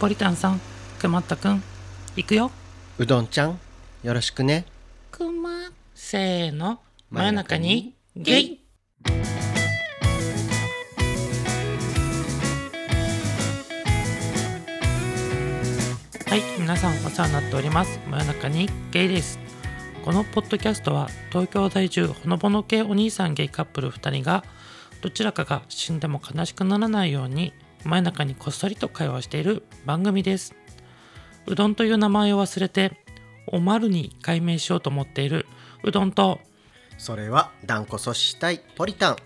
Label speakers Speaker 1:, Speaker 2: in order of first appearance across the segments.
Speaker 1: ポリタンさんくまったくん行くよ
Speaker 2: うどんちゃんよろしくね
Speaker 1: くませーの真夜中にゲイはい皆さんお世話になっております真夜中にゲイですこのポッドキャストは東京在住ほのぼの系お兄さんゲイカップル2人がどちらかが死んでも悲しくならないように真夜中にこっそりと会話している番組ですうどんという名前を忘れておまるに改名しようと思っているうどんと
Speaker 2: それは断固阻止したいポリタン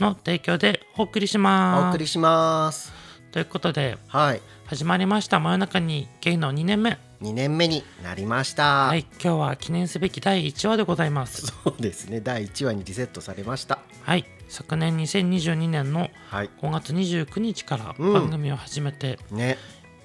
Speaker 1: の提供でお送りし
Speaker 2: お
Speaker 1: ます
Speaker 2: 送りします
Speaker 1: ということで
Speaker 2: はい
Speaker 1: 始まりました真夜中にゲイの2年目
Speaker 2: 2年目になりました、
Speaker 1: はい今日は記念すべき第1話でございます
Speaker 2: そうですね第1話にリセットされました
Speaker 1: はい昨年2022年の
Speaker 2: はい
Speaker 1: 5月29日から
Speaker 2: うん
Speaker 1: 番組を始めて、
Speaker 2: ね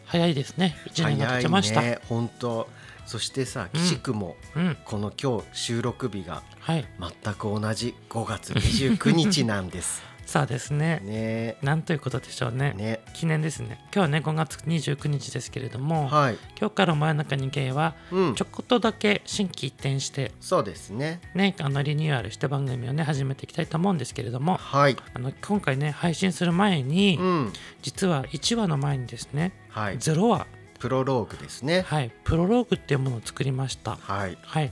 Speaker 1: 早いですね1年が経
Speaker 2: 早
Speaker 1: ち
Speaker 2: い
Speaker 1: ました、
Speaker 2: ね本当そしてさ岸くも、
Speaker 1: うん
Speaker 2: この今日収録日が
Speaker 1: はい
Speaker 2: 全く同じ5月29日なんです
Speaker 1: さあですね
Speaker 2: ね
Speaker 1: なんということでしょうね
Speaker 2: ね
Speaker 1: 記念ですね今日はね5月29日ですけれども、
Speaker 2: はい
Speaker 1: 今日から真夜中にゲイは
Speaker 2: うん
Speaker 1: ちょこっとだけ新規一転して
Speaker 2: そうですね
Speaker 1: ねあのリニューアルして番組をね始めていきたいと思うんですけれども
Speaker 2: はい
Speaker 1: あの今回ね配信する前に、
Speaker 2: うん
Speaker 1: 実は1話の前にですね、
Speaker 2: はい
Speaker 1: 0話、
Speaker 2: プロローグですね
Speaker 1: はい、プロローグっていうものを作りました
Speaker 2: はい
Speaker 1: はい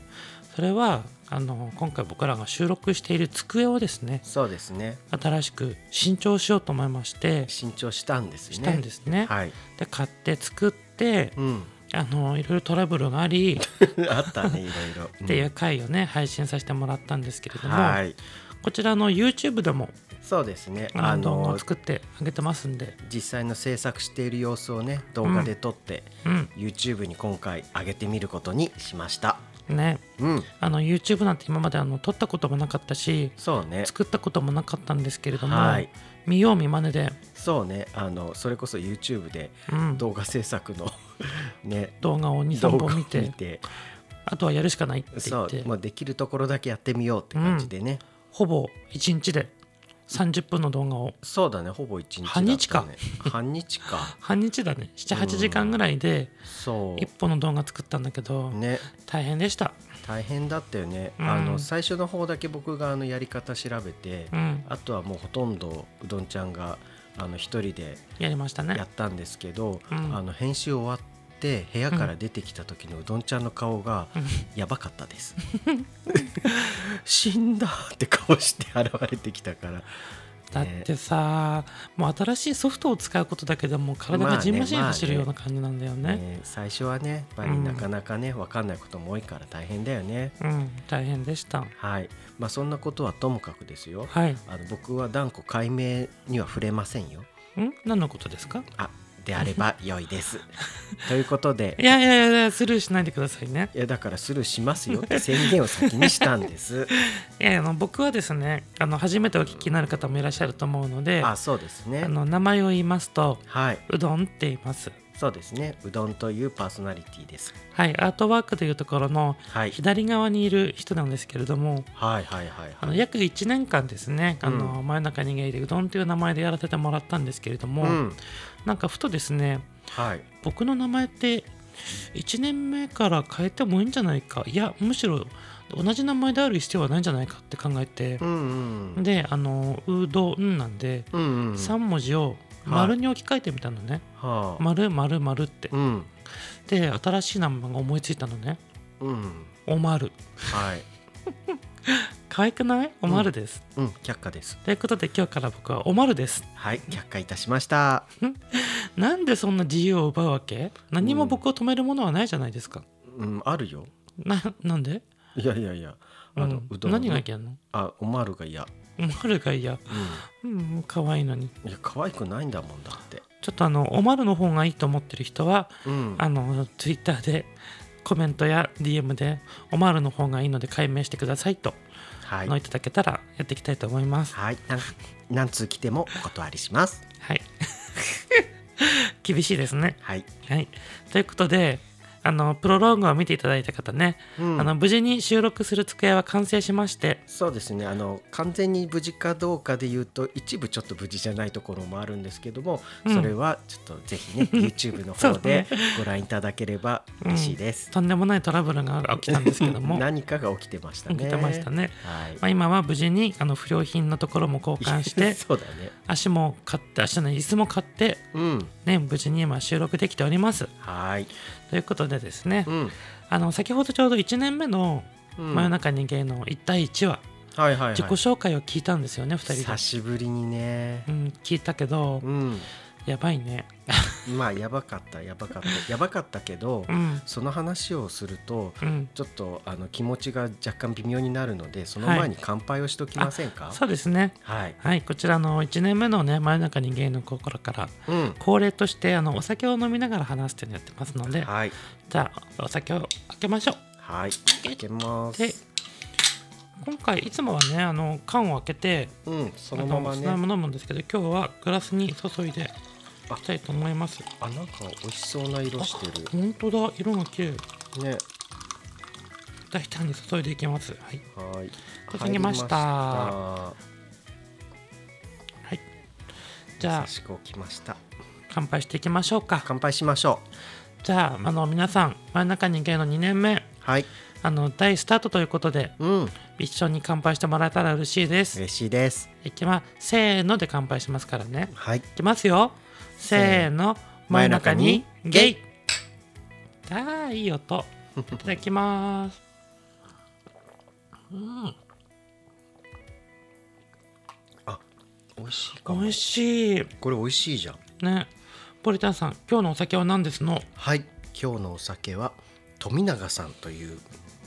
Speaker 1: それはあの今回僕らが収録している机をですね
Speaker 2: そうですね
Speaker 1: 新しく新調しようと思いまして
Speaker 2: 新調したんですね
Speaker 1: したんですね
Speaker 2: はい
Speaker 1: で買って作って
Speaker 2: うん
Speaker 1: あのいろいろトラブルがあり
Speaker 2: あったねいろいろ
Speaker 1: っていうう回をね配信させてもらったんですけれど
Speaker 2: ん
Speaker 1: も、
Speaker 2: はい
Speaker 1: こちらの YouTube でも
Speaker 2: そうですね
Speaker 1: あ
Speaker 2: あ
Speaker 1: の動画
Speaker 2: の
Speaker 1: を作ってあげてますんで、
Speaker 2: 実際の制作している様子をね動画で撮って、
Speaker 1: うん、
Speaker 2: YouTube に今回上げてみることにしました
Speaker 1: ね
Speaker 2: うん
Speaker 1: あの YouTube なんて今まであの撮ったこともなかったし
Speaker 2: そうね
Speaker 1: 作ったこともなかったんですけれども、
Speaker 2: はい
Speaker 1: 見よう見まねで、
Speaker 2: そうねあのそれこそ YouTube で
Speaker 1: うん、
Speaker 2: 動画制作の ね
Speaker 1: 動画を
Speaker 2: 動
Speaker 1: 23
Speaker 2: 画を
Speaker 1: 本見
Speaker 2: 見
Speaker 1: て
Speaker 2: て
Speaker 1: あとはやるしかないって言
Speaker 2: そ
Speaker 1: って
Speaker 2: うもうできるところだけやってみようって感じでね、
Speaker 1: ほぼ1日で30分の動画を
Speaker 2: そうだねほぼ一日だった、
Speaker 1: 半
Speaker 2: ね、
Speaker 1: 日か
Speaker 2: 半日か
Speaker 1: 半日だね78
Speaker 2: うん
Speaker 1: 時間ぐらいで
Speaker 2: そ
Speaker 1: 1本の動画作ったんだけど、
Speaker 2: うね
Speaker 1: 大変でした、
Speaker 2: 大変だったよね、
Speaker 1: うん
Speaker 2: あの最初の方だけ僕があのやり方調べて、
Speaker 1: うん、
Speaker 2: あとはもうほとんどうどんちゃんがあの一人で
Speaker 1: やりました
Speaker 2: や
Speaker 1: ね
Speaker 2: ったんですけど、
Speaker 1: うん
Speaker 2: あの編集終わって部屋から出てきた時のうどんちゃんの顔が
Speaker 1: うん
Speaker 2: やばかったです、 死んだって顔して現れてきたから
Speaker 1: だってさ、もう新しいソフトを使うことだけでもう体がじんましん走るような感じなんだよね,、
Speaker 2: ね最初はねやっぱりなかなかね分かんないことも多いから大変だよね、
Speaker 1: うん大変でした
Speaker 2: はいまあそんなことはともかくですよ
Speaker 1: はいん
Speaker 2: あの僕は断固解明には触れませんよ
Speaker 1: 何のことですか
Speaker 2: あであれば良いです ということで
Speaker 1: いやいやいやスルーしないでくださいね
Speaker 2: いやだからスルーしますよって宣言を先にしたんです
Speaker 1: いやあの僕はですねあの初めてお聞きになる方もいらっしゃると思うので
Speaker 2: あ
Speaker 1: あ
Speaker 2: そうですね
Speaker 1: の名前を言いますと
Speaker 2: はい、
Speaker 1: うどんって言います
Speaker 2: そうですね。うどんというパーソナリティです。
Speaker 1: はいアートワークというところの
Speaker 2: はい、
Speaker 1: 左側にいる人なんですけれども
Speaker 2: はい、はい、はい、
Speaker 1: あ
Speaker 2: は
Speaker 1: の
Speaker 2: い。
Speaker 1: 約1年間ですね「あの真夜中にゲイでうどん」という名前でやらせてもらったんですけれども、
Speaker 2: うん、
Speaker 1: なんかふとですね
Speaker 2: はい、
Speaker 1: 僕の名前って1年目から変えてもいいんじゃないかいやむしろ同じ名前である必要はないんじゃないかって考えて
Speaker 2: う、ん、うん、
Speaker 1: であのうどんなんで
Speaker 2: うん、うん、
Speaker 1: 3文字を丸に置き換えてみたのね、
Speaker 2: はあ、
Speaker 1: 丸丸丸って
Speaker 2: うん、
Speaker 1: で新しい名前が思いついたのね
Speaker 2: うん、
Speaker 1: おまる
Speaker 2: はい、
Speaker 1: 可愛くないおまるです、
Speaker 2: うん、却下です。
Speaker 1: ということで今日から僕はおまるです
Speaker 2: はい、却下いたしました。
Speaker 1: なんでそんな自由を奪うわけ何も僕を止めるものはないじゃないですか、
Speaker 2: うん、あるよ。
Speaker 1: ななんで、
Speaker 2: いやいやいや、
Speaker 1: う
Speaker 2: あの、
Speaker 1: ん
Speaker 2: うどん。
Speaker 1: 何が嫌なの
Speaker 2: あ、おまるが嫌。
Speaker 1: おまるが嫌
Speaker 2: う
Speaker 1: うん可愛いのに
Speaker 2: ん、いや、可愛くないんだもんだって。
Speaker 1: ちょっとあのおまるの方がいいと思ってる人は
Speaker 2: うん、
Speaker 1: あのツイッターでコメントや DM でおまるの方がいいので解明してくださいと
Speaker 2: は
Speaker 1: の
Speaker 2: い、
Speaker 1: いただけたらやっていきたいと思います。
Speaker 2: はい、なん、何通来てもお断りします。
Speaker 1: はい。厳しいですね。
Speaker 2: はい、
Speaker 1: はい。ということで、あのプロローグを見ていただいた方ね、
Speaker 2: うん
Speaker 1: あの無事に収録する机は完成しまして
Speaker 2: そうですねあの完全に無事かどうかで言うと一部ちょっと無事じゃないところもあるんですけども、
Speaker 1: うん
Speaker 2: それはちょっとぜ ひね YouTube の
Speaker 1: そう
Speaker 2: 方
Speaker 1: ね
Speaker 2: でご覧いただければ嬉しいです。
Speaker 1: とんでもないトラブルが起きたんですけど も
Speaker 2: 何かが起きてました
Speaker 1: 起
Speaker 2: ね。
Speaker 1: きてましたね、
Speaker 2: はい。
Speaker 1: まあ、今は無事にあの不良品のところも交換して
Speaker 2: そうだね。
Speaker 1: 足も買って足の椅子も買って
Speaker 2: うん。
Speaker 1: ね無事に今収録できております
Speaker 2: はい。
Speaker 1: ということでですね、
Speaker 2: うん。
Speaker 1: あの先ほどちょうど1年目の
Speaker 2: うん
Speaker 1: 真夜中に芸能1対1話、
Speaker 2: はいはいはい。
Speaker 1: 自己紹介を聞いたんですよね2人
Speaker 2: 久
Speaker 1: で、
Speaker 2: しぶりにね
Speaker 1: う。ん、聞いたけど
Speaker 2: うん。
Speaker 1: やばいね
Speaker 2: まあやばかったやばかったやばかったけど
Speaker 1: う、ん
Speaker 2: その話をすると。
Speaker 1: うん
Speaker 2: ちょっとあの気持ちが若干微妙になるのでその
Speaker 1: は
Speaker 2: 前
Speaker 1: い
Speaker 2: に乾杯をしておきませんか、
Speaker 1: そうですね
Speaker 2: はい。
Speaker 1: はいこちらの1年目のね真夜中に芸能心から
Speaker 2: うん。
Speaker 1: 恒例としてあのお酒を飲みながら話すっていうのやってますので
Speaker 2: はい。
Speaker 1: じゃあお酒を開けましょ
Speaker 2: はい。開けま。
Speaker 1: うです今回いつもはねあの缶を開けて
Speaker 2: うん。そのままね。
Speaker 1: あの
Speaker 2: あ
Speaker 1: そのまま飲むんですけど今日はグラスに注いでいきたいと思います
Speaker 2: なんか美味しそうな色して
Speaker 1: 本当だ色が綺麗
Speaker 2: る。ね。
Speaker 1: 大胆に注いでいきますはい
Speaker 2: はい。
Speaker 1: 注ぎました
Speaker 2: 入
Speaker 1: はいじ
Speaker 2: りました
Speaker 1: ゃ
Speaker 2: 優
Speaker 1: あ
Speaker 2: しく置きました。
Speaker 1: 乾杯していきましょうか
Speaker 2: 乾杯しましょう。
Speaker 1: じゃああの皆さん真ん中に芸の2年目
Speaker 2: はい。
Speaker 1: あの大スタートということで
Speaker 2: うん。
Speaker 1: 一緒に乾杯してもらえたら嬉しいです
Speaker 2: 嬉しいです。
Speaker 1: いきますせーので乾杯しますからね
Speaker 2: はい。
Speaker 1: いきますよせーの真
Speaker 2: 真
Speaker 1: ん
Speaker 2: ん
Speaker 1: 中
Speaker 2: 中
Speaker 1: に
Speaker 2: に
Speaker 1: ゲイあーいい音いただきます
Speaker 2: あ、美味しいか
Speaker 1: 美
Speaker 2: も。
Speaker 1: 味しい
Speaker 2: これ美味しいじゃん。
Speaker 1: ねポリタンさん今日のお酒は何ですの
Speaker 2: はい。今日のお酒は富永さんという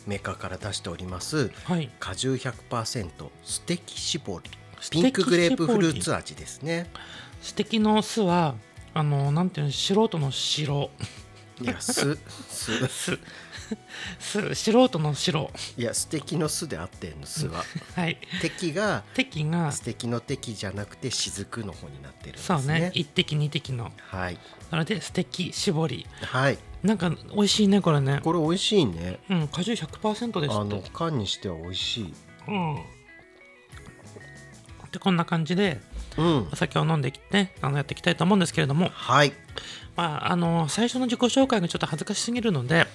Speaker 2: メーカーから出しております。
Speaker 1: はい
Speaker 2: 果汁100%ステキ絞り。
Speaker 1: ステキ
Speaker 2: ピンクグレープフル
Speaker 1: 絞り
Speaker 2: ーツ味ですね。
Speaker 1: 素敵の巣はあのなんていうの素人の白
Speaker 2: いや、す、す。
Speaker 1: 素素人の白
Speaker 2: いや素敵の素であってんの素 は
Speaker 1: はい
Speaker 2: 敵が
Speaker 1: 敵が
Speaker 2: 素敵の敵じゃなくて雫の方になってるんです
Speaker 1: そ
Speaker 2: ね
Speaker 1: うね一滴二滴の
Speaker 2: はい
Speaker 1: なので素敵絞り
Speaker 2: はい
Speaker 1: なんか美味しいねこれね
Speaker 2: これ美味しいね
Speaker 1: うん果汁100%です
Speaker 2: あ
Speaker 1: っ
Speaker 2: の
Speaker 1: て
Speaker 2: 缶にしては美味しい
Speaker 1: うんでこんな感じで
Speaker 2: うん
Speaker 1: お酒を飲んできてあのやっていきたいと思うんですけれども
Speaker 2: はい
Speaker 1: まああの最初の自己紹介がちょっと恥ずかしすぎるので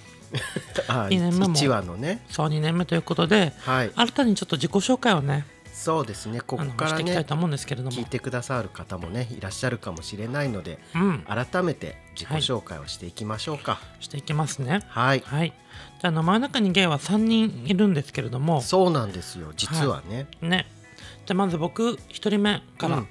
Speaker 2: あ
Speaker 1: いいねママ
Speaker 2: 1話のね
Speaker 1: そう2年目ということで
Speaker 2: はい
Speaker 1: 新たにちょっと自己紹介をね
Speaker 2: そうですねここ
Speaker 1: あの
Speaker 2: か
Speaker 1: し
Speaker 2: ら
Speaker 1: ていきたい
Speaker 2: ね
Speaker 1: と思うんですけれども
Speaker 2: 聞いてくださる方もねいらっしゃるかもしれないので
Speaker 1: うん
Speaker 2: 改めて自己紹介をしていきましょうか
Speaker 1: していきますね
Speaker 2: はい、
Speaker 1: はいじゃああの真ん中にゲイは3人いるんですけれども
Speaker 2: そうなんですよ実はね、
Speaker 1: ねじゃあまず僕1人目から、
Speaker 2: うん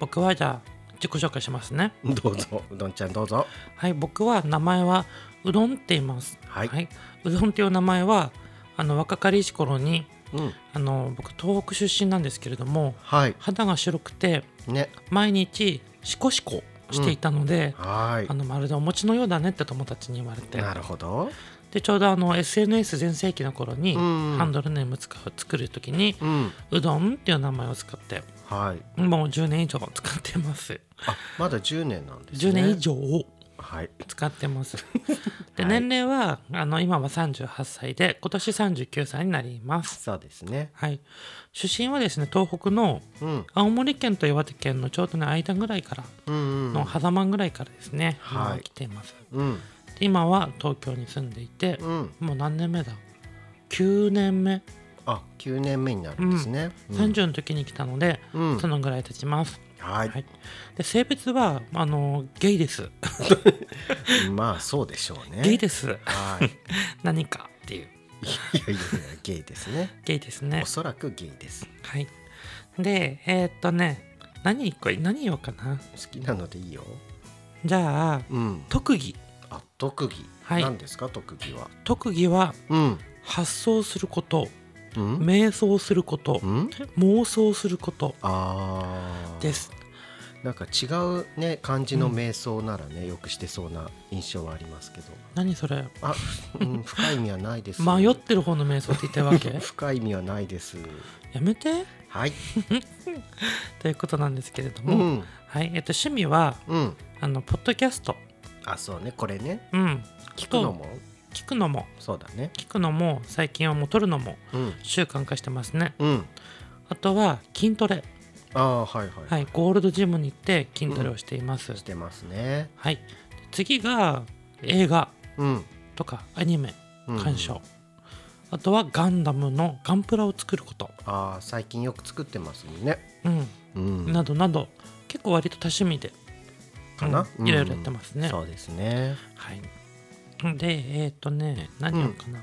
Speaker 2: 僕
Speaker 1: 僕はじゃあ自己紹介しますね
Speaker 2: どうぞうどんちゃんどうぞ
Speaker 1: はい僕は名前はうどんって言います
Speaker 2: はい
Speaker 1: うどんっていう名前はあの若かりし頃に
Speaker 2: うん
Speaker 1: あの僕東北出身なんですけれども
Speaker 2: はい
Speaker 1: 肌が白くて
Speaker 2: ね
Speaker 1: 毎日シコシコしていたので、
Speaker 2: はい
Speaker 1: あのまるでお餅のようだねって友達に言われて
Speaker 2: なるほど。
Speaker 1: でちょうどあの SNS 全盛期の頃に
Speaker 2: うん
Speaker 1: ハンドルネーム使う作る時に
Speaker 2: うん。
Speaker 1: うどんっていう名前を使って
Speaker 2: はい。
Speaker 1: もう10年以上使ってます
Speaker 2: あ、まだ10年なんです
Speaker 1: 10
Speaker 2: ね。
Speaker 1: 年以。上を
Speaker 2: はい。
Speaker 1: 使ってますで
Speaker 2: はい
Speaker 1: 年齢はあの今は38歳で今年39歳になります
Speaker 2: そうですね。
Speaker 1: はい出身はですね東北の
Speaker 2: うん。
Speaker 1: 青森県と岩手県のちょうどね間ぐらいから
Speaker 2: うんうん。
Speaker 1: の狭間ぐらいからですね、
Speaker 2: うん
Speaker 1: 今
Speaker 2: はい
Speaker 1: 来ています
Speaker 2: うん。
Speaker 1: で今は東京に住んでいて、
Speaker 2: うん。
Speaker 1: もう何年目だ9年目
Speaker 2: あ、9年目になるんですね。うん
Speaker 1: 30の時に来たので、
Speaker 2: うん
Speaker 1: そ。のぐらい経ちます、
Speaker 2: は。
Speaker 1: はいい、で性別はあのゲイです
Speaker 2: まあそうでしょうね。
Speaker 1: ゲイです
Speaker 2: はい。い
Speaker 1: 何かっていう
Speaker 2: やいやいや、ゲイですね。
Speaker 1: ゲイですね
Speaker 2: おそらくゲイです。
Speaker 1: はいでえーっとね何これ何言おうかな
Speaker 2: 好きなのでいいよ。
Speaker 1: じゃあ
Speaker 2: うん。
Speaker 1: 特技
Speaker 2: あ、特技。
Speaker 1: はい
Speaker 2: 何ですか特技は。
Speaker 1: 特技は
Speaker 2: うん。
Speaker 1: 発想すること
Speaker 2: うん。
Speaker 1: 瞑想すること
Speaker 2: うん。
Speaker 1: 妄想すること
Speaker 2: ああ。
Speaker 1: です
Speaker 2: なんか違うね感じの瞑想ならね、よくしてそうな印象はありますけど
Speaker 1: 何それ
Speaker 2: あ、うん、深い意味はないです
Speaker 1: 迷ってる方の瞑想って言ってるわ け
Speaker 2: 深い意味はないです
Speaker 1: やめて
Speaker 2: はい
Speaker 1: ということなんですけれど
Speaker 2: う
Speaker 1: も、
Speaker 2: ん
Speaker 1: はいえっと、趣味は
Speaker 2: うん
Speaker 1: あのポッドキャスト
Speaker 2: あそうねこれね
Speaker 1: うん
Speaker 2: 聞くのも
Speaker 1: 聞くのも
Speaker 2: そうだね
Speaker 1: 聞くのも最近はもう撮るのも
Speaker 2: うん
Speaker 1: 習慣化してますね
Speaker 2: うん
Speaker 1: あとは筋トレ
Speaker 2: ああはいはい、
Speaker 1: はいゴールドジムに行って筋トレをしています、
Speaker 2: してますね
Speaker 1: はい次が映画
Speaker 2: うん
Speaker 1: とかアニメ
Speaker 2: うん
Speaker 1: 鑑賞、あとはガンダムのガンプラを作ること、
Speaker 2: ああ最近よく作ってますもんね
Speaker 1: うん、
Speaker 2: うん
Speaker 1: などなど結構割と多趣味で
Speaker 2: かな、
Speaker 1: うんいろいろやってますね、
Speaker 2: そうですね
Speaker 1: はいでえっ、とね何をかな、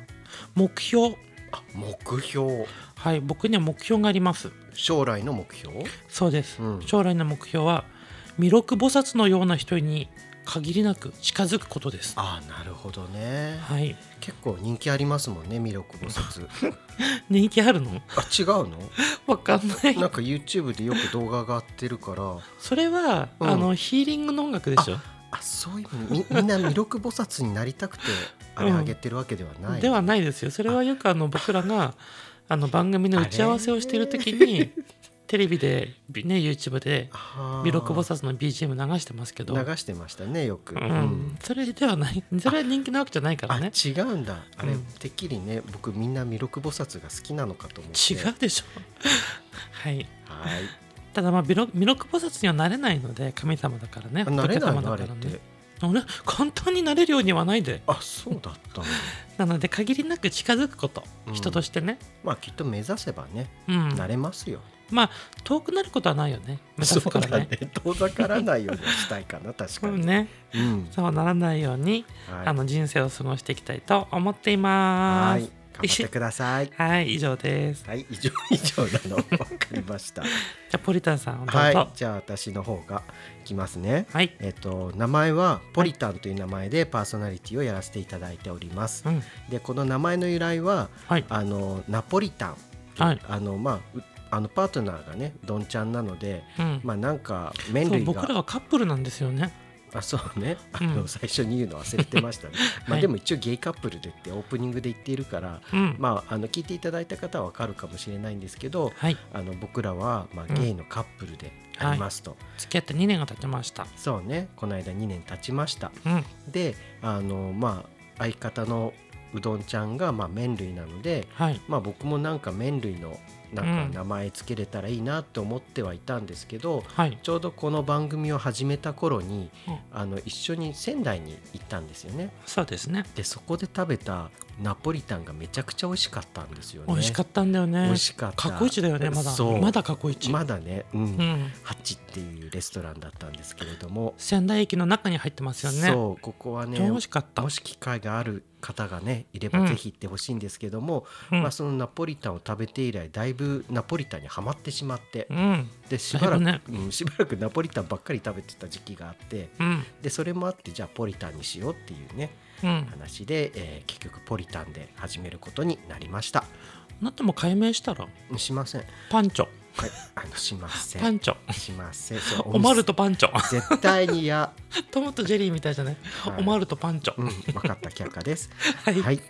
Speaker 1: 目標
Speaker 2: あ目標
Speaker 1: はい僕には目標があります
Speaker 2: 将来の目標
Speaker 1: そうです、
Speaker 2: うん
Speaker 1: 将来の目標は弥勒菩薩のような人に限りなく近づくことです
Speaker 2: ああなるほどね
Speaker 1: はい
Speaker 2: 結構人気ありますもんね弥勒菩 薩
Speaker 1: 人気あるの
Speaker 2: あ違うの
Speaker 1: わかんない
Speaker 2: なんか YouTube でよく動画上がってるから
Speaker 1: それは、
Speaker 2: うん
Speaker 1: あのヒーリングの音楽でしょ
Speaker 2: あそういうみみんな弥勒菩薩になりたくてあれ上げてるわけではない、
Speaker 1: ではないですよそれはよくあの僕らがあの番組の打ち合わせをしている時にテレビで、ね、YouTube で
Speaker 2: あー
Speaker 1: 弥勒菩薩の BGM 流してますけど、
Speaker 2: 流してましたねよく、
Speaker 1: うん
Speaker 2: うん
Speaker 1: それではないそれは人気なわけじゃないから
Speaker 2: あ
Speaker 1: ね
Speaker 2: 違うんだあれ、
Speaker 1: うん
Speaker 2: てっきりね僕みんな弥勒菩薩が好きなのかと思って
Speaker 1: 違うでしょ はい
Speaker 2: はい
Speaker 1: ただまあ弥勒弥勒菩薩にはなれないので神様だからね
Speaker 2: あ慣れない
Speaker 1: 仏様
Speaker 2: のあ
Speaker 1: だ
Speaker 2: れ
Speaker 1: か
Speaker 2: っ
Speaker 1: ら
Speaker 2: て
Speaker 1: ね俺簡単になれるようにはないで
Speaker 2: あそうだったの
Speaker 1: なので限りなく近づくこと、
Speaker 2: うん
Speaker 1: 人としてね
Speaker 2: まあきっと目指せばね
Speaker 1: うん
Speaker 2: 慣れますよ、
Speaker 1: まあ遠くなることはないよね目指すからね
Speaker 2: 遠ざからないようにしたいかな確か
Speaker 1: そう
Speaker 2: に、
Speaker 1: ね
Speaker 2: うん
Speaker 1: そうならないように、
Speaker 2: はい
Speaker 1: あの人生を過ごしていきたいと思っていま
Speaker 2: は
Speaker 1: す
Speaker 2: い。頑張ってください
Speaker 1: はい、以上です。
Speaker 2: はい以上以上なのわかり ました
Speaker 1: じゃあポリタンさん、どうぞ。
Speaker 2: は
Speaker 1: はい
Speaker 2: じゃあ私の方がいきますね
Speaker 1: い。
Speaker 2: えっと名前はポリタンという名前でパーソナリティをやらせていただいております
Speaker 1: うん。
Speaker 2: でこの名前の由来は
Speaker 1: はい。
Speaker 2: あのナポリタン
Speaker 1: はい。
Speaker 2: あのまあうあのパートナーがねどんちゃんなので
Speaker 1: うん。
Speaker 2: まあなんか麺
Speaker 1: そう
Speaker 2: 類
Speaker 1: 僕ら
Speaker 2: が
Speaker 1: はカップルなんですよね。
Speaker 2: あそうねあ
Speaker 1: うん
Speaker 2: の最初に言うの忘れてましたねま
Speaker 1: は
Speaker 2: あ
Speaker 1: い
Speaker 2: でも一応ゲイカップルでってオープニングで言っているから
Speaker 1: うん。
Speaker 2: まああの聞いていただいた方はわかるかもしれないんですけど
Speaker 1: はい。
Speaker 2: あの僕らはまあ
Speaker 1: うん
Speaker 2: ゲイのカップルでありますと
Speaker 1: 付き合って2年が経ちました。
Speaker 2: そうねこの間2年経ちました
Speaker 1: うん。
Speaker 2: であのまあ相方のうどんちゃんがまあ麺類なので
Speaker 1: はい。
Speaker 2: まあ僕もなんか麺類のな
Speaker 1: うんん
Speaker 2: か名前つけれたらいいなと思ってはいたんですけど、
Speaker 1: はい。
Speaker 2: ちょうどこの番組を始めた頃に、
Speaker 1: うん
Speaker 2: あの一緒に仙台に行ったんですよね
Speaker 1: そうですね。
Speaker 2: でそこで食べたナポリタンがめちゃくちゃ美味しかったんですよね
Speaker 1: 美味しかったんだよ
Speaker 2: 美
Speaker 1: ね
Speaker 2: 味。しかった
Speaker 1: 過去一だよね、まだ
Speaker 2: そ。う
Speaker 1: まだ過去一。
Speaker 2: まだねうん、
Speaker 1: うん。
Speaker 2: ハッチっていうレストランだったんですけれども、
Speaker 1: 仙台駅の中に入ってますよね。
Speaker 2: そうここはね
Speaker 1: 超美味しかった
Speaker 2: も。し機会がある方がねいれば
Speaker 1: うん
Speaker 2: ぜひ行ってほしいんですけども、
Speaker 1: うん
Speaker 2: まあ、そのナポリタンを食べて以来だいぶナポリタンにはまってしまって、
Speaker 1: うん。
Speaker 2: でしばらく、
Speaker 1: だい
Speaker 2: うんしばらくナポリタンばっかり食べてた時期があって
Speaker 1: うん。
Speaker 2: でそれもあってじゃあポリタンにしようっていうね
Speaker 1: うん。
Speaker 2: 話で、えー結局ポリタンで始めることになりました
Speaker 1: なっても解明したら
Speaker 2: しません
Speaker 1: パンチョ。
Speaker 2: はいあのしませ
Speaker 1: パ
Speaker 2: ん
Speaker 1: ンチョ。
Speaker 2: しませんそう
Speaker 1: オマルとパンチョ。
Speaker 2: 絶対に嫌、
Speaker 1: トマトジェリーみたいじゃない、
Speaker 2: はい
Speaker 1: オマールとパンチョ、
Speaker 2: うん、分かった却下です
Speaker 1: は
Speaker 2: はいで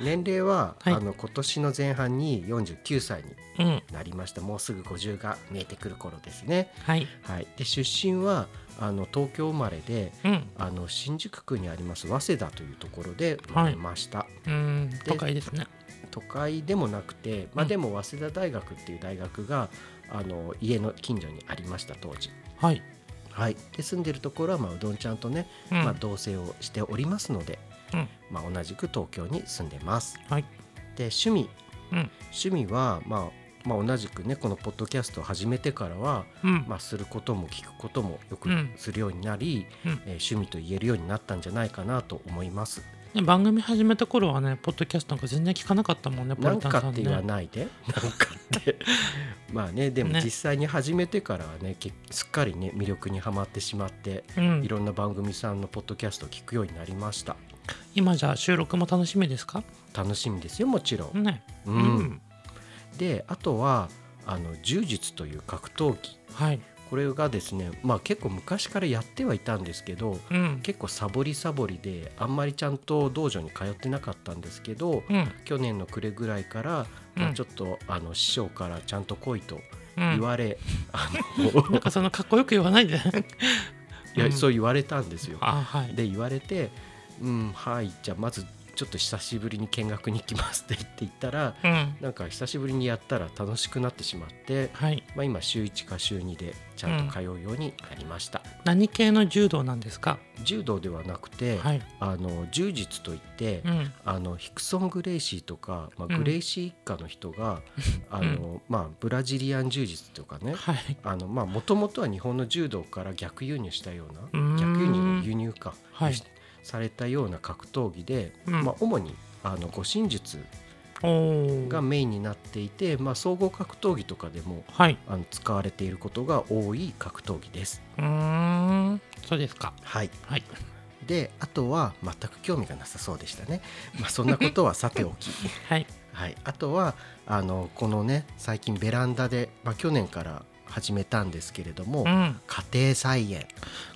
Speaker 2: 年齢は、
Speaker 1: はい
Speaker 2: あの今年の前半に49歳に
Speaker 1: うん
Speaker 2: なりましたもうすぐ50が見えてくる頃ですね
Speaker 1: はい
Speaker 2: はいで出身はあの東京生まれで
Speaker 1: うん
Speaker 2: あの新宿区にあります早稲田というところで生まれました、
Speaker 1: うん都会ですね
Speaker 2: 都会でもなくて、ま
Speaker 1: う
Speaker 2: あ、
Speaker 1: ん
Speaker 2: でも早稲田大学っていう大学が、あの家の近所にありました当時、
Speaker 1: はい、
Speaker 2: はい、で住んでるところは、まあ、うどんちゃんとね、
Speaker 1: うん
Speaker 2: まあ、同棲をしておりますので、
Speaker 1: うん
Speaker 2: まあ、同じく東京に住んでます
Speaker 1: はい
Speaker 2: で趣味
Speaker 1: うん
Speaker 2: 趣味は、まあまあ、同じくねこのポッドキャストを始めてからは、
Speaker 1: うん、
Speaker 2: まあ、することも聞くこともよく
Speaker 1: うん
Speaker 2: するようになり、
Speaker 1: うん
Speaker 2: えー趣味と言えるようになったんじゃないかなと思います。
Speaker 1: ね番組始めた頃はねポッドキャストなんか全然聞かなかったもんねポ
Speaker 2: な
Speaker 1: リ
Speaker 2: ん
Speaker 1: タン
Speaker 2: か
Speaker 1: さ
Speaker 2: っ
Speaker 1: ん
Speaker 2: て
Speaker 1: ね
Speaker 2: 言わ ないで、なんかって。 まあね、でも
Speaker 1: ね
Speaker 2: 実際に始めてからはね、けすっかりね、魅力にはまってしまって、
Speaker 1: うん
Speaker 2: い、ろんな番組さんのポッドキャストを聞くようになりました。
Speaker 1: 今じゃあ収録も楽しみですか
Speaker 2: 楽しみですよ、もちろん。
Speaker 1: ね
Speaker 2: うんで、あとは、あの柔術という格闘技。
Speaker 1: はい
Speaker 2: これがですね、まあ結構昔からやってはいたんですけど、
Speaker 1: うん
Speaker 2: 結構サボりサボりで、あんまりちゃんと道場に通ってなかったんですけど、
Speaker 1: うん
Speaker 2: 去年の暮れぐらいから、ま
Speaker 1: う
Speaker 2: あ、
Speaker 1: ん
Speaker 2: ちょっとあの師匠からちゃんと来いと
Speaker 1: う
Speaker 2: 言
Speaker 1: ん
Speaker 2: われ、あ
Speaker 1: なんかそのかっこよく言わないで
Speaker 2: いや、
Speaker 1: うん
Speaker 2: そう言われたんですよ。
Speaker 1: あはい
Speaker 2: で言われて「うんはいじゃあまずちょっと久しぶりに見学に来ます」って言って言ったら
Speaker 1: うん
Speaker 2: なんか久しぶりにやったら楽しくなってしまって、
Speaker 1: はい
Speaker 2: まあ、今週1か週2でちゃんと通うようになりました。
Speaker 1: 何系の柔道なんですか
Speaker 2: 柔道ではなくて、
Speaker 1: はい
Speaker 2: あの柔術といって、
Speaker 1: うん
Speaker 2: あのヒクソン・グレイシーとか、ま
Speaker 1: う
Speaker 2: あ、
Speaker 1: ん
Speaker 2: グレイシー一家の人が、あのまあ、ブラジリアン柔術とかね
Speaker 1: はい
Speaker 2: あのまあもともとは日本の柔道から逆輸入したよう
Speaker 1: うーん
Speaker 2: な逆輸入輸入か、
Speaker 1: はい
Speaker 2: されたような格闘技で、
Speaker 1: うん
Speaker 2: まあ、主にあの護身術
Speaker 1: おお
Speaker 2: がメインになっていて、まあ、総合格闘技とかでも
Speaker 1: はい
Speaker 2: あの使われていることが多い格闘技です。
Speaker 1: うーんそうですか
Speaker 2: はい、
Speaker 1: はい
Speaker 2: であとは全く興味がなさそうでしたね。まあ、そんなことはさてお き
Speaker 1: はい
Speaker 2: はい、あとはあのこのね最近ベランダで、まあ、去年から始めたんですけれども、
Speaker 1: うん
Speaker 2: 家庭菜園、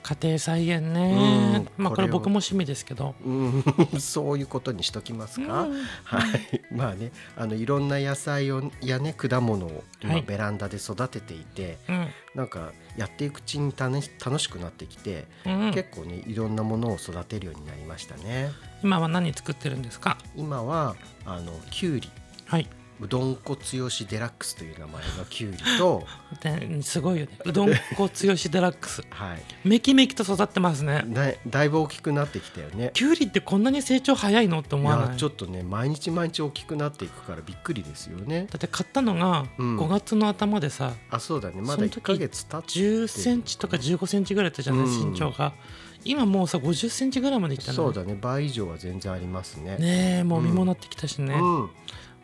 Speaker 1: 家庭菜園ね
Speaker 2: うん
Speaker 1: まあこれ
Speaker 2: これを
Speaker 1: 僕も趣味ですけど
Speaker 2: うん、 そういうことにしときますか、
Speaker 1: うん
Speaker 2: はい、まあねあのいろんな野菜をやね果物を
Speaker 1: は
Speaker 2: 今
Speaker 1: い
Speaker 2: ベランダで育てていて、
Speaker 1: うん
Speaker 2: なんかやっていくうちに楽し楽しくなってきて、
Speaker 1: うん
Speaker 2: 結構ねいろんなものを育てるようになりましたね
Speaker 1: 今は何作ってるんですか
Speaker 2: 今はあのきゅうり
Speaker 1: はいう
Speaker 2: どんこつよしデラックスという名前のきゅうり と
Speaker 1: ですごいよねうどんこつよしデラックス
Speaker 2: はい
Speaker 1: めきめきと育ってますね
Speaker 2: だだいぶ大きくなってきたよね
Speaker 1: きゅうりってこんなに成長早いのって
Speaker 2: い
Speaker 1: 思わな
Speaker 2: や
Speaker 1: い
Speaker 2: ちょっとね毎日毎日大きくなっていくからびっくりですよね
Speaker 1: だって買ったのが
Speaker 2: うん
Speaker 1: 5月の頭でさ、
Speaker 2: あそうだねまだ
Speaker 1: その時
Speaker 2: 1ヶ月経って
Speaker 1: 10センチとか15センチぐらいだったじゃない、
Speaker 2: うん
Speaker 1: 身長が今もうさ50センチぐらいまでいったの
Speaker 2: そうだね倍以上は全然ありますね
Speaker 1: ねえもう実もなってきたしね、
Speaker 2: うん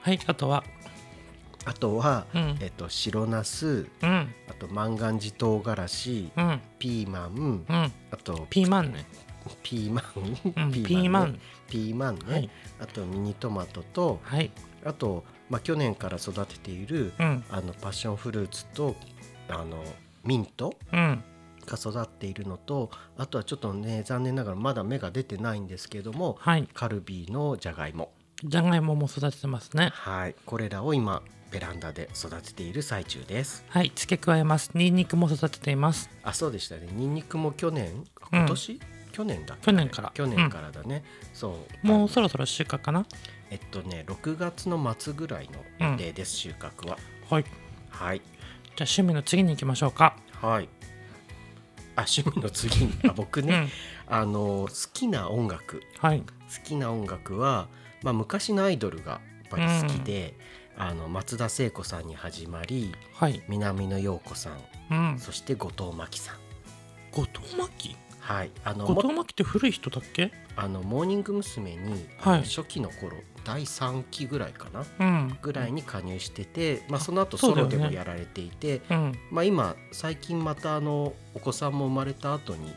Speaker 1: はいあとは
Speaker 2: あとは、
Speaker 1: うん
Speaker 2: えっと、白ナス
Speaker 1: うん
Speaker 2: あと万願寺唐辛子
Speaker 1: うん
Speaker 2: ピーマン
Speaker 1: うん
Speaker 2: あと
Speaker 1: ピーマンね
Speaker 2: ピーマ
Speaker 1: う
Speaker 2: ン、
Speaker 1: んピーマン
Speaker 2: ね ピーマンね、
Speaker 1: はい
Speaker 2: あとミニトマトと
Speaker 1: はい
Speaker 2: あと、まあ、去年から育てている、
Speaker 1: うん
Speaker 2: あのパッションフルーツとあのミント
Speaker 1: うん
Speaker 2: が育っているのとあとはちょっとね残念ながらまだ芽が出てないんですけども、
Speaker 1: はい
Speaker 2: カルビーのじゃがいも
Speaker 1: じゃがいもも育ててますね
Speaker 2: はいこれらを今ベランダで育てている最中です
Speaker 1: はい付け加えますニンニクも育てています
Speaker 2: あそうでしたねニンニクも去年あ
Speaker 1: うん
Speaker 2: 今年、去年だっけ
Speaker 1: 去年から
Speaker 2: 去年からだね、そう
Speaker 1: もうそろそろ収穫かな
Speaker 2: えっとね、6月の末ぐらいの予定です、収穫は。
Speaker 1: はいじ
Speaker 2: はい。
Speaker 1: ゃあ趣味の次に行きましょうか
Speaker 2: はい。あ、趣味の次に、あ、僕ね、あの、好きな音楽、好
Speaker 1: はい
Speaker 2: きな音楽は、まあ、昔のアイドルがやっぱり好きで。あの、松田聖子さんに始まり、
Speaker 1: はい
Speaker 2: 南野陽子さん、
Speaker 1: うん
Speaker 2: そして後藤真希さん。
Speaker 1: 後藤真希
Speaker 2: はい、あの、
Speaker 1: 後藤
Speaker 2: も
Speaker 1: 真希って古い人だっけ
Speaker 2: あの、モーニング娘。に、
Speaker 1: はい
Speaker 2: あの初期の頃、第3期ぐらいかな。
Speaker 1: うん
Speaker 2: ぐらいに加入してて、まあ、その後
Speaker 1: そう
Speaker 2: ソ
Speaker 1: だよ
Speaker 2: ロ
Speaker 1: ね
Speaker 2: でもやられていて、
Speaker 1: うん
Speaker 2: まあ、今最近またあのお子さんも生まれた後に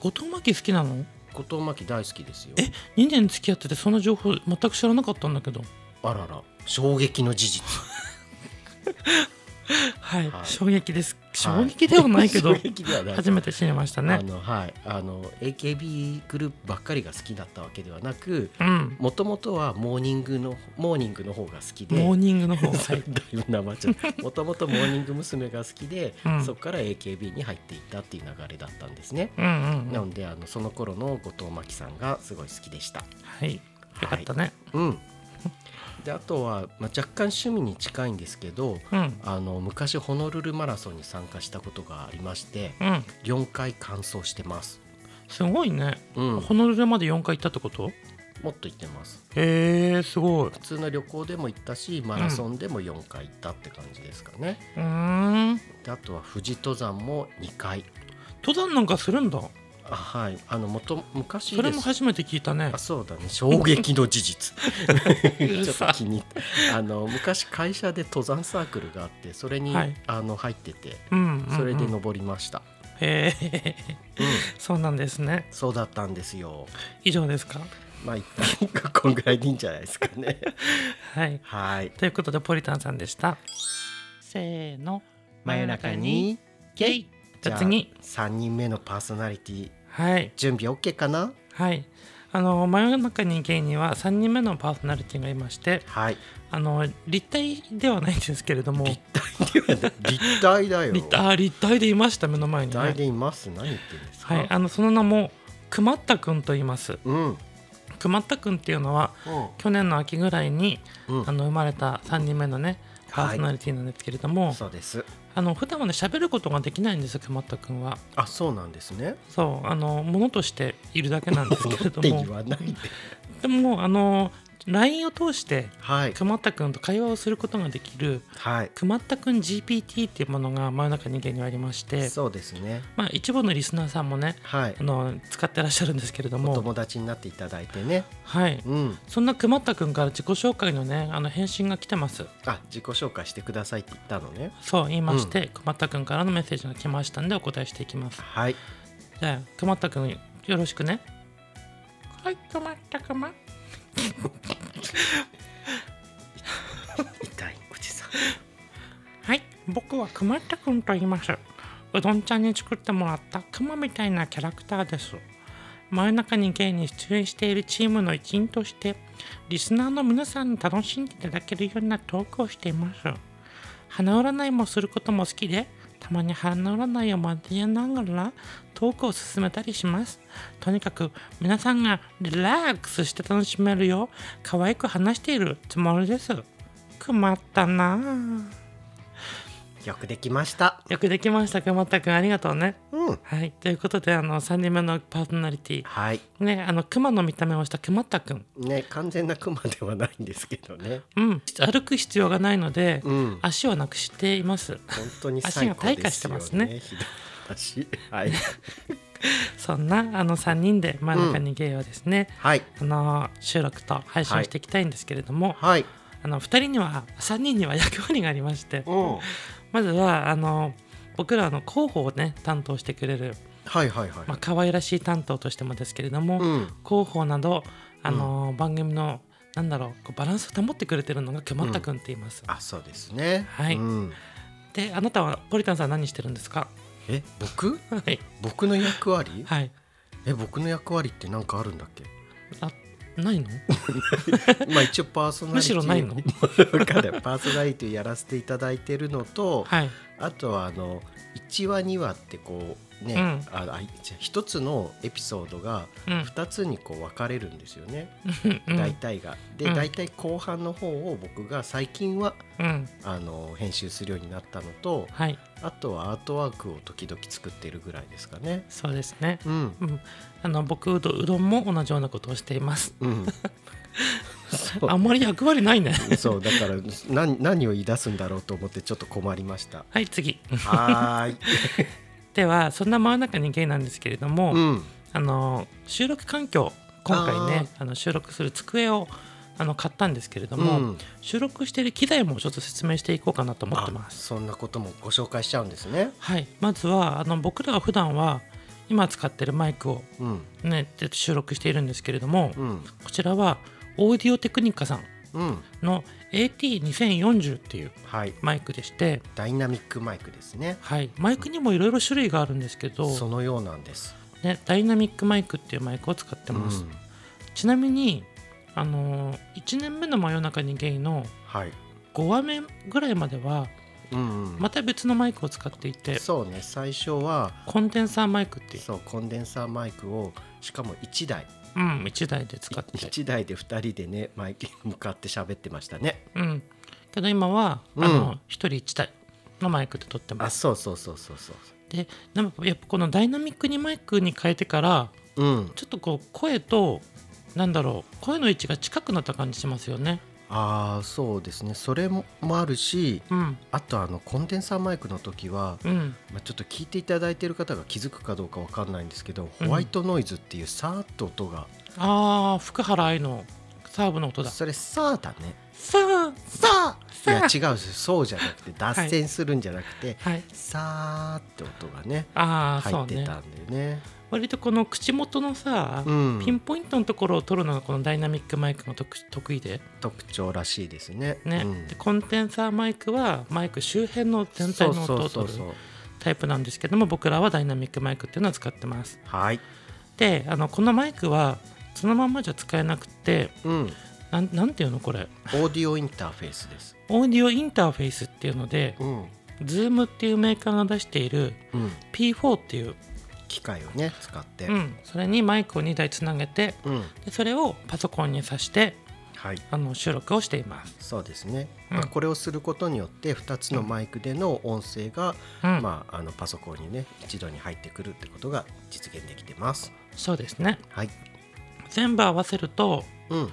Speaker 1: 後藤真希好きなの
Speaker 2: 後藤真希大好きですよ
Speaker 1: え2年付き合っててその情報全く知らなかったんだけど
Speaker 2: あらら衝撃の事実
Speaker 1: はい、
Speaker 2: はい
Speaker 1: 衝撃です 衝撃ではないけど、
Speaker 2: 衝撃ではない
Speaker 1: 初めて知りました
Speaker 2: あ
Speaker 1: ね
Speaker 2: のはいあの AKB グループばっかりが好きだったわけではなく
Speaker 1: うん
Speaker 2: もともとはモーニングのモーニングの方が好きで
Speaker 1: モーニングの方
Speaker 2: そ
Speaker 1: は
Speaker 2: れ
Speaker 1: い
Speaker 2: だいぶなまっちゃったもともとモーニング娘。が好きで、
Speaker 1: うん
Speaker 2: そこから AKB に入っていったっていう流れだったんですね、
Speaker 1: うんうんう
Speaker 2: なんのであのその頃の後藤真希さんがすごい好きでした
Speaker 1: はいよかったね、
Speaker 2: うん、であとは、まあ、若干趣味に近いんですけど
Speaker 1: うん
Speaker 2: あの昔ホノルルマラソンに参加したことがありまして
Speaker 1: うん
Speaker 2: 4回完走してます、
Speaker 1: すごいね、
Speaker 2: うん、
Speaker 1: ホノルルまで4回行ったってこと
Speaker 2: もっと行ってます
Speaker 1: へえすごいう
Speaker 2: 普通の旅行でも行ったしマラソンでも4回行ったって感じですかね、
Speaker 1: ーん
Speaker 2: であとは富士登山も2回
Speaker 1: 登山なんかするんだ
Speaker 2: あはいあの元昔
Speaker 1: それ
Speaker 2: で
Speaker 1: も
Speaker 2: す
Speaker 1: 初めて聞いたね
Speaker 2: あそうだね衝撃の事 実ちょっと気に入ったあの昔会社で登山サークルがあってそれに、
Speaker 1: はい
Speaker 2: あの入ってて
Speaker 1: うんうんうん
Speaker 2: それで登りました、
Speaker 1: へえ そうなんですね
Speaker 2: そうだったんですよ
Speaker 1: 以上ですか
Speaker 2: まあ一旦こんぐらいでいいんじゃないですか ね
Speaker 1: はい
Speaker 2: はい
Speaker 1: ということでポリタンさんでしたせーの
Speaker 2: 真夜中に
Speaker 1: ゲイじゃあ次
Speaker 2: 3人目のパーソナリティ
Speaker 1: はい
Speaker 2: 準備 OK かな
Speaker 1: はいあの真夜中にゲイには3人目のパーソナリティがいまして
Speaker 2: はい
Speaker 1: あの立体ではないんですけれども
Speaker 2: 立体 ではない立体だよ
Speaker 1: 立体あ立体でいました目の前
Speaker 2: 立
Speaker 1: に、
Speaker 2: 体
Speaker 1: ね
Speaker 2: でいます何言ってるんですか、
Speaker 1: はい、あのその名も熊田くんと言います
Speaker 2: うんうん
Speaker 1: 熊田くんっていうのは去年の秋ぐらいに
Speaker 2: うん
Speaker 1: あの生まれた3人目のねパーソナリティなんですけれども、
Speaker 2: そうです
Speaker 1: あの普段はね喋ることができないんです熊田くんは
Speaker 2: あそうなんですね
Speaker 1: そうあのものとしているだけなんですけれ
Speaker 2: っ
Speaker 1: ど
Speaker 2: て
Speaker 1: も
Speaker 2: 言わないで
Speaker 1: でもあの LINE を通して
Speaker 2: はい
Speaker 1: 熊田くんと会話をすることができる
Speaker 2: はい
Speaker 1: 熊田くん GPT っていうものが真夜中人間にはありまして、
Speaker 2: そうですね
Speaker 1: まあ、一部のリスナーさんもね
Speaker 2: はい
Speaker 1: あの使ってらっしゃるんですけれど
Speaker 2: お
Speaker 1: も、
Speaker 2: 友達になっていただいてね
Speaker 1: はい、
Speaker 2: うん
Speaker 1: そんな熊田くんから自己紹介のねあの返信が来てます
Speaker 2: あ自己紹介してくださいって言ったのね
Speaker 1: そう言いまして、熊田くんからのメッセージが来ましたんでお答えしていきます
Speaker 2: はい
Speaker 1: じゃあ熊田くんよろしくねはい熊田くま
Speaker 2: 痛いおじさん
Speaker 1: はい、僕はくまったくんと言います。うどんちゃんに作ってもらったクマみたいなキャラクターです。真夜中にゲイに出演しているチームの一員として、リスナーの皆さんに楽しんでいただけるようなトークをしています。花占いもすることも好きで、たまに花占いを交えながらトークを進めたりします。とにかく皆さんがリラックスして楽しめるよう、可愛く話しているつもりです。困ったなあ
Speaker 2: よくできました
Speaker 1: よくできましたくまったくんありがとうね。
Speaker 2: うん
Speaker 1: はい、ということであの3人目のパーソナリティ
Speaker 2: はい
Speaker 1: ねあの熊の見た目をしたくまったくん、
Speaker 2: ね完全なクマではないんですけどね
Speaker 1: うん、歩く必要がないので、
Speaker 2: うん
Speaker 1: 足をなくしています。
Speaker 2: 本当に最高
Speaker 1: 足が退化
Speaker 2: で
Speaker 1: し
Speaker 2: す
Speaker 1: て
Speaker 2: よね
Speaker 1: ますね
Speaker 2: ひどい話はい
Speaker 1: そんなあの3人で真ん中にゲイはですね、
Speaker 2: はい
Speaker 1: あの収録と配信していきたいんですけれども、
Speaker 2: はい
Speaker 1: あの2人には3人には役割がありまして、
Speaker 2: うん
Speaker 1: まずはあの僕らの広報をね担当してくれる、
Speaker 2: はいはいはい、
Speaker 1: まあ可愛らしい担当としてもですけれども、
Speaker 2: うん
Speaker 1: 広報など、あのー番組のなんだろうこうバランスを保ってくれてるのがくまったくんって言います、
Speaker 2: あそうですね
Speaker 1: はい
Speaker 2: うん、
Speaker 1: であなたはポリタンさん何してるんですか
Speaker 2: え僕
Speaker 1: はい
Speaker 2: 僕の役割
Speaker 1: はい
Speaker 2: え僕の役割って何かあるんだっ け
Speaker 1: あないの
Speaker 2: まあ一応パーソナリテ
Speaker 1: むし
Speaker 2: ィ
Speaker 1: ろないの
Speaker 2: わかんないパーソナリティやらせていただいてるのと、
Speaker 1: はい
Speaker 2: あとはあの1話2話ってこうね、
Speaker 1: うん
Speaker 2: ああじゃあ一つのエピソードが
Speaker 1: うん
Speaker 2: 2つにこう分かれるんですよね、
Speaker 1: うん
Speaker 2: 大体が。で、
Speaker 1: うん
Speaker 2: 大体後半の方を僕が最近は
Speaker 1: うん
Speaker 2: あの編集するようになったのと
Speaker 1: はい
Speaker 2: あとはアートワークを時々作ってるぐらいですかね。
Speaker 1: そうですね
Speaker 2: うん
Speaker 1: うんあの僕うどうどんも同じようなことをしています
Speaker 2: うん そう
Speaker 1: あんまり役割ないね
Speaker 2: そうだから何何を言い出すんだろうと思ってちょっと困りました。
Speaker 1: はい次
Speaker 2: はーい。
Speaker 1: ではそんな真ん中にゲイなんですけれども、
Speaker 2: うん。
Speaker 1: あのー収録環境今回ねあの収録する机をあの買ったんですけれども、
Speaker 2: うん
Speaker 1: 収録している機材もちょっと説明していこうかなと思ってま
Speaker 2: あ、
Speaker 1: す。
Speaker 2: そんなこともご紹介しちゃうんですね。
Speaker 1: はい、まずはあの僕らは普段は今使ってるマイクを、
Speaker 2: うん。
Speaker 1: ね、で収録しているんですけれども、
Speaker 2: うん。
Speaker 1: こちらはオーディオテクニカさん
Speaker 2: うん。
Speaker 1: の AT2040 っていう
Speaker 2: はい。
Speaker 1: マイクでして、
Speaker 2: ダイナミックマイクですね。
Speaker 1: はい、マイクにもいろいろ種類があるんですけど、
Speaker 2: そのようなんです。
Speaker 1: ね、ダイナミックマイクっていうマイクを使ってます。
Speaker 2: うん
Speaker 1: ちなみにあの1年目の真夜中にゲイの
Speaker 2: はい。
Speaker 1: 5話目ぐらいまでは
Speaker 2: うん、
Speaker 1: また別のマイクを使っていて
Speaker 2: そうね。最初は
Speaker 1: コンデンサーマイクっていう
Speaker 2: そうコンデンサーマイクをしかも1台
Speaker 1: うん、1台で使って。
Speaker 2: 1台で2人でねマイクに向かって喋ってましたね。
Speaker 1: うん。けど今は、
Speaker 2: うん
Speaker 1: あの1人1台のマイクで撮ってま
Speaker 2: あ、
Speaker 1: す。
Speaker 2: そうそうそうそうそう。
Speaker 1: で、なんかやっぱこのダイナミックにマイクに変えてから、
Speaker 2: うん。
Speaker 1: ちょっとこう声と、なんだろう、声の位置が近くなった感じしますよね。
Speaker 2: ああ、そうですね。それももあるし、
Speaker 1: うん、
Speaker 2: あとあのコンデンサーマイクの時は
Speaker 1: うん、
Speaker 2: まあ、ちょっと聞いていただいている方が気づくかどうかわかんないんですけど、
Speaker 1: うん
Speaker 2: ホワイトノイズっていうさーっと音が、
Speaker 1: ああ、福原愛のサーブの音だ。さ
Speaker 2: それさーだね
Speaker 1: あ、
Speaker 2: さ
Speaker 1: さー
Speaker 2: いや違うんですよそうじゃなくて脱線するんじゃなくて、
Speaker 1: はい。
Speaker 2: さーって音がね
Speaker 1: ああ、
Speaker 2: 入
Speaker 1: そう
Speaker 2: って
Speaker 1: ね
Speaker 2: た。んでね
Speaker 1: 割とこの口元のさ
Speaker 2: う、ん
Speaker 1: ピンポイントのところを取るのがこのダイナミックマイクの得得意で
Speaker 2: 特徴らしいですね
Speaker 1: ね、
Speaker 2: うん
Speaker 1: でコンデンサーマイクはマイク周辺の全体の音を取る
Speaker 2: そうそうそうそう
Speaker 1: タイプなんですけども僕らはダイナミックマイクっていうのを使ってます
Speaker 2: はい
Speaker 1: であのこのマイクはそのまんまじゃ使えなくて
Speaker 2: うん、
Speaker 1: なんなんていうのこれ
Speaker 2: オーディオインターフェースです。
Speaker 1: オーディオインターフェースっていうので
Speaker 2: うん、
Speaker 1: Zoom っていうメーカーが出している
Speaker 2: うん、
Speaker 1: P4 っていう、
Speaker 2: 機械をね使って、
Speaker 1: うん、それにマイクを2台つなげて
Speaker 2: うん、
Speaker 1: でそれをパソコンに挿して
Speaker 2: はい、
Speaker 1: あの収録をしています。
Speaker 2: そうですね。
Speaker 1: うん
Speaker 2: まあこれをすることによって2つのマイクでの音声が、
Speaker 1: うん
Speaker 2: まああのパソコンにね一度に入ってくるってことが実現できてます。
Speaker 1: そうですね
Speaker 2: はい、
Speaker 1: 全部合わせると
Speaker 2: うん、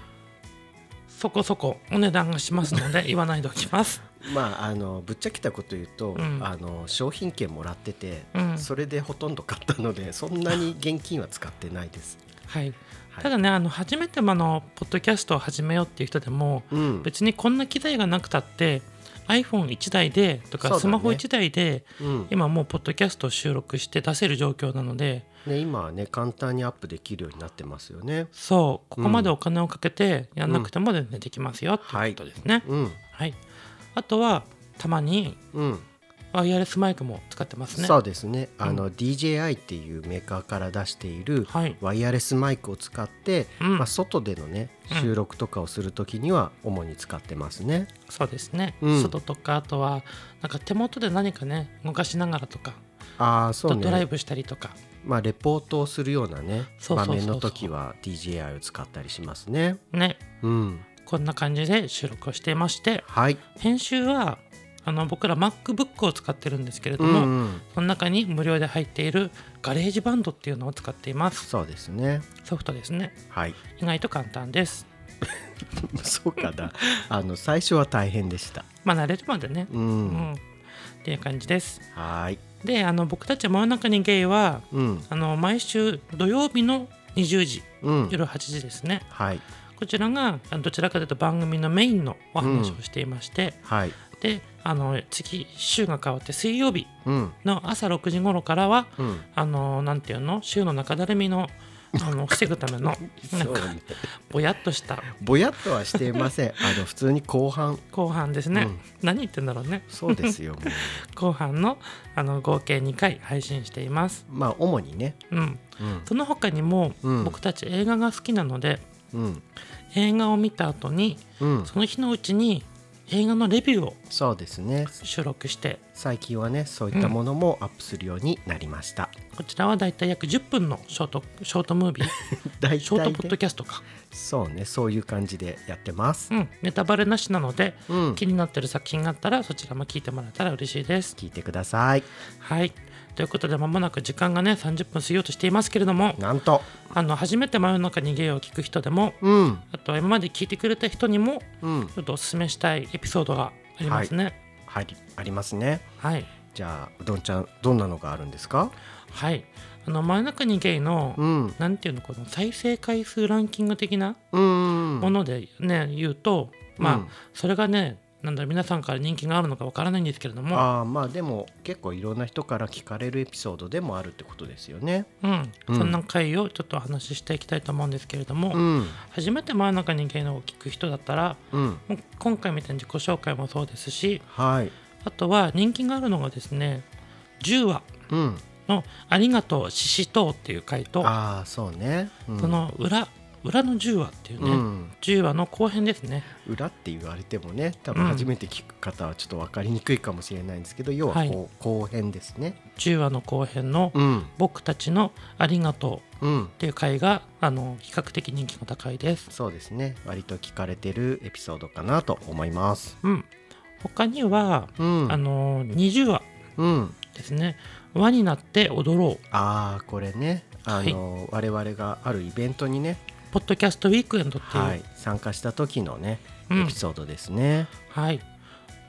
Speaker 1: そこそこお値段がします ので言わないでおきます。
Speaker 2: まああのぶっちゃけたこと言うと、
Speaker 1: うん
Speaker 2: あの商品券もらってて。
Speaker 1: うん
Speaker 2: それでほとんど買ったのでそんなに現金は使ってな いです。
Speaker 1: はい、
Speaker 2: はい
Speaker 1: ただねあの初めてあのポッドキャストを始めようっていう人でも
Speaker 2: うん、
Speaker 1: 別にこんな機材がなくたって iPhone1 台でと
Speaker 2: そ
Speaker 1: か
Speaker 2: うだね
Speaker 1: スマホ1台で
Speaker 2: うん
Speaker 1: 今もうポッドキャストを収録して出せる状況なので
Speaker 2: ね、今はね簡単にアップできるようになってますよね。
Speaker 1: そうここまでお金をかけてやんなくても全然できますよっていうことですね。
Speaker 2: うん、
Speaker 1: はい、あとはたまに
Speaker 2: うん、
Speaker 1: ワイヤレスマイクも使ってますね。
Speaker 2: そうですね。あの、
Speaker 1: う
Speaker 2: DJI っていうメーカーから出している
Speaker 1: はい
Speaker 2: ワイヤレスマイクを使って、
Speaker 1: うん
Speaker 2: まあ外でのね
Speaker 1: うん
Speaker 2: 収録とかをするときには主に使ってますね。
Speaker 1: そうですね、
Speaker 2: うん
Speaker 1: 外とかあとはなんか手元で何かね動かしながらとか、
Speaker 2: ああ、そう
Speaker 1: ドライ
Speaker 2: ね。
Speaker 1: ブしたりとか
Speaker 2: まあレポートをするようなね
Speaker 1: そうそうそう
Speaker 2: 場
Speaker 1: そう
Speaker 2: 面の時は DJI を使ったりしますね。
Speaker 1: ね
Speaker 2: うん、
Speaker 1: こんな感じで収録をしていまして
Speaker 2: はい。
Speaker 1: 編集はあの僕ら MacBook を使ってるんですけれど
Speaker 2: う
Speaker 1: も、
Speaker 2: ん、
Speaker 1: その中に無料で入っているガレージバンドっていうのを使っています
Speaker 2: そうですね。
Speaker 1: ソフトですね
Speaker 2: はい。
Speaker 1: 意外と簡単です
Speaker 2: そうか な。あの最初は大変でした。
Speaker 1: まあ慣れるまでね、
Speaker 2: う
Speaker 1: うん
Speaker 2: ん、
Speaker 1: っていう感じです
Speaker 2: はい。
Speaker 1: であの僕たち真夜中にゲイは
Speaker 2: うん、
Speaker 1: あの毎週土曜日の20時
Speaker 2: うん、
Speaker 1: 夜8時ですね
Speaker 2: はい。
Speaker 1: こちらがあのどちらかというと番組のメインのお話をしていまして、
Speaker 2: はい。
Speaker 1: であの次週が変わって水曜日
Speaker 2: うん。
Speaker 1: の朝6時頃からは
Speaker 2: うん。
Speaker 1: あのなんていうの週の中だるみのあ の防ぐためのなんか
Speaker 2: ね。
Speaker 1: ぼやっとした
Speaker 2: ぼやっとはしていません。 あの普通に後半。
Speaker 1: 後半ですね、
Speaker 2: うん
Speaker 1: 何言ってんだろうね
Speaker 2: そうですよ。もう
Speaker 1: 後半のあの合計2回配信しています、
Speaker 2: まあ主にね。
Speaker 1: うん、
Speaker 2: うん。
Speaker 1: その他にも、
Speaker 2: うん
Speaker 1: 僕たち映画が好きなので
Speaker 2: うん。
Speaker 1: 映画を見た後に
Speaker 2: うん。
Speaker 1: その日のうちに映画のレビューを
Speaker 2: そうですね。
Speaker 1: 収録して
Speaker 2: 最近はね、そういったものもアップするようになりました。
Speaker 1: こちらはだいたい約10分のショートショートムービー
Speaker 2: 大
Speaker 1: ショートポッ
Speaker 2: 体
Speaker 1: ド
Speaker 2: で。
Speaker 1: キャストか、
Speaker 2: そうね、そういう感じでやってます
Speaker 1: う。ん、ネタバレなしなので、
Speaker 2: うん。
Speaker 1: 気になってる作品があったらそちらも聞いてもらえたら嬉しいです。
Speaker 2: 聞いてください。
Speaker 1: はいということで間もなく時間がね30分過ぎようとしていますけれども
Speaker 2: なんと。
Speaker 1: あの初めて真夜中にゲイを聞く人でも
Speaker 2: うん。
Speaker 1: あとは今まで聞いてくれた人にも
Speaker 2: うん。
Speaker 1: ちょっとおすすめしたいエピソードがありますね。
Speaker 2: はい。ありますね。
Speaker 1: はい、
Speaker 2: じゃあ、うどんちゃん、どんなのがあるんですか。
Speaker 1: はい、あの真夜中にゲイの、
Speaker 2: うん。
Speaker 1: なんていうのこの再生回数ランキング的な
Speaker 2: うん。
Speaker 1: ものでね、言うとまあ、
Speaker 2: うん
Speaker 1: それがねなんだろう皆さんから人気があるのかわからないんですけれども、
Speaker 2: ああまあでも結構いろんな人から聞かれるエピソードでもあるってことですよね。
Speaker 1: うん、
Speaker 2: うん
Speaker 1: そんな回をちょっとお話ししていきたいと思うんですけれども、
Speaker 2: ん、
Speaker 1: 初めて真夜中に芸能を聞く人だったら
Speaker 2: うん、
Speaker 1: もう今回みたいに自己紹介もそうですし
Speaker 2: はい、
Speaker 1: あとは人気があるのがですね10話
Speaker 2: うん、
Speaker 1: の「ありがとうししとう」っていう回と
Speaker 2: ああそうね。うん
Speaker 1: その裏裏の10話っていうね、
Speaker 2: うん
Speaker 1: 10話の後編ですね
Speaker 2: 裏って言われてもね多分
Speaker 1: うん
Speaker 2: 初めて聞く方はちょっと分かりにくいかもしれないんですけど、要は
Speaker 1: はい
Speaker 2: こう後編ですね。
Speaker 1: 10話の後編の
Speaker 2: うん
Speaker 1: 「僕たちのありがとう」
Speaker 2: うん
Speaker 1: っていう回があの比較的人気が高いです。
Speaker 2: そうですね割と聞かれてるエピソードかなと思います。
Speaker 1: うん、他には、
Speaker 2: うん
Speaker 1: あの20話
Speaker 2: うん、
Speaker 1: ですね「輪になって踊ろう」
Speaker 2: ああこれねあの、我々があるイベントにね、
Speaker 1: 「ポッドキャストウィークエンド」っていう、
Speaker 2: はい、参加した時のね
Speaker 1: うん
Speaker 2: エピソードですね。
Speaker 1: はい。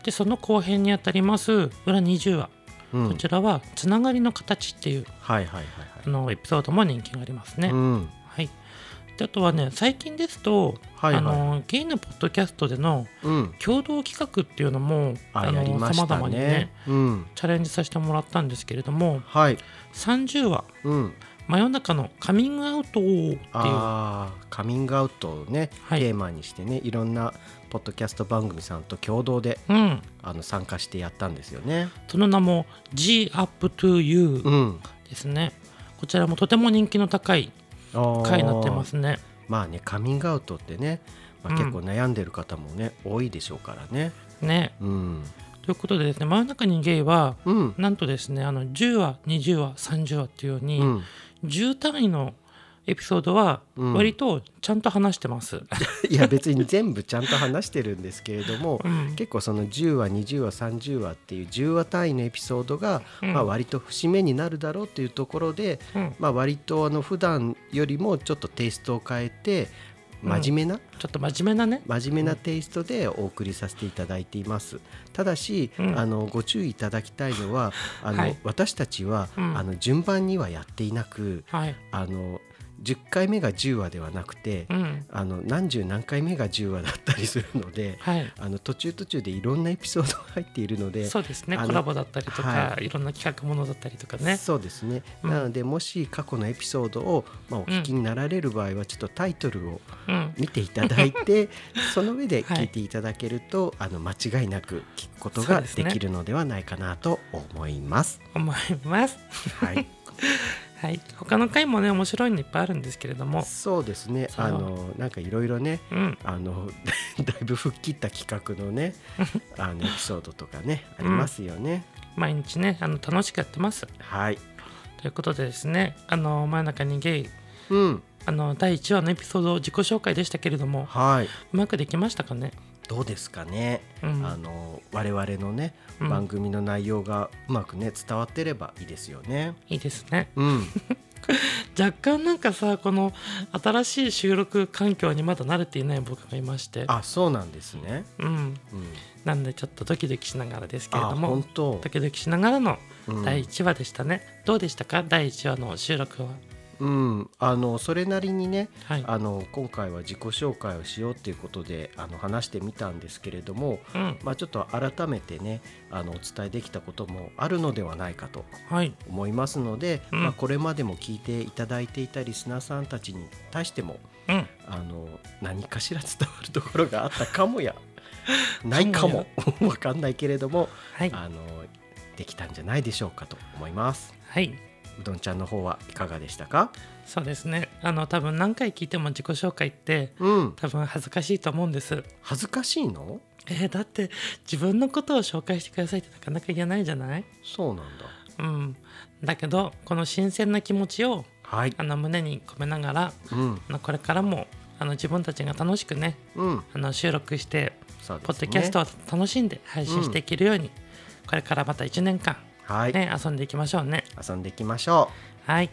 Speaker 1: で、その後編にあたります裏20話。
Speaker 2: うん
Speaker 1: こちらは、つながりの形っていう
Speaker 2: はいはいはい
Speaker 1: あのエピソードも人気がありますね。
Speaker 2: はい。うん。
Speaker 1: はい。であとはね、最近ですと、
Speaker 2: はいはい
Speaker 1: あのゲイのポッドキャストでの
Speaker 2: うん。
Speaker 1: 共同企画っていうのも、
Speaker 2: あ、
Speaker 1: の
Speaker 2: やりまし
Speaker 1: 様
Speaker 2: た
Speaker 1: 々に
Speaker 2: ね
Speaker 1: ね、。
Speaker 2: うん。
Speaker 1: チャレンジさせてもらったんですけれども、
Speaker 2: はい。
Speaker 1: 30話、
Speaker 2: うん。
Speaker 1: 真夜中のカミングアウトっていう、
Speaker 2: ああ、カミングアウトをね、
Speaker 1: はい
Speaker 2: テーマにしてね、いろんなポッドキャスト番組さんと共同で
Speaker 1: うん、
Speaker 2: あの参加してやったんですよね。
Speaker 1: その名も G Up to You
Speaker 2: うん。
Speaker 1: ですね。こちらもとても人気の高い
Speaker 2: あー
Speaker 1: 回になってますね。
Speaker 2: まあねカミングアウトってね、まあ、
Speaker 1: うん
Speaker 2: 結構悩んでる方もね、多いでしょうからね。
Speaker 1: ね
Speaker 2: うん、
Speaker 1: ということでですね真ん中にゲイは
Speaker 2: うん、
Speaker 1: なんとですねあの10話20話30話っていうように、
Speaker 2: うん、
Speaker 1: 10単位のエピソードは
Speaker 2: うん
Speaker 1: 割とちゃんと話して ます。
Speaker 2: いや別に全部ちゃんと話してるんですけれども、
Speaker 1: うん
Speaker 2: 結構その10話20話30話っていう10話単位のエピソードが、
Speaker 1: うん
Speaker 2: まあ、割と節目になるだろうっていうところで、
Speaker 1: うん
Speaker 2: まあ、割とあの普段よりもちょっとテイストを変えて真面目な、
Speaker 1: ちょっと真面目な ね
Speaker 2: 真面目なテイストでお送りさせていただいていますただし、
Speaker 1: うん
Speaker 2: あのご注意いただきたいのはあの、
Speaker 1: はい
Speaker 2: 私たちは、
Speaker 1: うん
Speaker 2: あの順番にはやっていなく
Speaker 1: はい、
Speaker 2: あの10回目が10話ではなくて、
Speaker 1: うん
Speaker 2: あの何十何回目が10話だったりするので
Speaker 1: はい、
Speaker 2: あの途中途中でいろんなエピソードが入っているので。
Speaker 1: そうですね
Speaker 2: あの
Speaker 1: コラボだったりとか、、
Speaker 2: はい
Speaker 1: ろんな企画ものだったりとかね
Speaker 2: そうですね、
Speaker 1: うん
Speaker 2: なのでもし過去のエピソードを、まあ、お聞きになられる場合はちょっとタイトルを
Speaker 1: うん
Speaker 2: 見ていただ いてその上で
Speaker 1: はい
Speaker 2: 聞いていただけると、あの間違いなく聞くことが
Speaker 1: そうですね
Speaker 2: できるのではないかなと思います。
Speaker 1: 思います。
Speaker 2: はい、
Speaker 1: はい、他の回もね面白いのいっぱいあるんですけれども、
Speaker 2: そうですね
Speaker 1: そう
Speaker 2: あのなんかいろいろね
Speaker 1: うん、
Speaker 2: あの だいぶ吹っ切った企画の ねあのエピソードとかねありますよね。
Speaker 1: 毎日ねあの楽しくやってます。
Speaker 2: はい、
Speaker 1: ということでですねあの真ん中にゲイ
Speaker 2: うん
Speaker 1: あの第1話のエピソード自己紹介でしたけれども
Speaker 2: はいう
Speaker 1: まくできましたかね、
Speaker 2: どうですかね、
Speaker 1: うん
Speaker 2: あの我々のね、
Speaker 1: うん
Speaker 2: 番組の内容がうまくね伝わってればいいですよね。
Speaker 1: いいですね
Speaker 2: うん、
Speaker 1: 若干なんかさこの新しい収録環境にまだ慣れていない僕がいまして
Speaker 2: あそうなんですね。
Speaker 1: うん
Speaker 2: うん、
Speaker 1: なんでちょっとドキドキしながらですけれ
Speaker 2: あ
Speaker 1: ども
Speaker 2: 本当
Speaker 1: ドキドキしながらの
Speaker 2: うん
Speaker 1: 第1話でしたね、どうでしたか第1話の収録は
Speaker 2: うん、あのそれなりにね
Speaker 1: はい
Speaker 2: あの今回は自己紹介をしようっていうことであの話してみたんですけれども、
Speaker 1: うん
Speaker 2: まあ、ちょっと改めてねあのお伝えできたこともあるのではないかと
Speaker 1: はい
Speaker 2: 思いますので、
Speaker 1: うん
Speaker 2: まあ、これまでも聞いていただいていたリスナーさんたちに対しても
Speaker 1: うん
Speaker 2: あの何かしら伝わるところがあったかも やないかもわかんないけれども
Speaker 1: はい
Speaker 2: あのできたんじゃないでしょうかと思います。
Speaker 1: はい、
Speaker 2: うどんちゃんの方はいかがでしたか、
Speaker 1: そうですねあの多分何回聞いても自己紹介って
Speaker 2: うん、
Speaker 1: 多分恥ずかしいと思うんです
Speaker 2: 恥ずかしいの
Speaker 1: えーだって自分のことを紹介してくださいってなかなか言えないじゃない
Speaker 2: そうなんだ。
Speaker 1: うんだけどこの新鮮な気持ちを
Speaker 2: はい。
Speaker 1: あの胸に込めながら
Speaker 2: うん。
Speaker 1: あのこれからもあの自分たちが楽しくね
Speaker 2: うん。
Speaker 1: あの収録して
Speaker 2: そうですね
Speaker 1: ポッドキャストを楽しんで配信していけるように、これからまた1年間、
Speaker 2: はい。
Speaker 1: ね遊んでいきましょうね。
Speaker 2: 遊んでいきましょ
Speaker 1: はい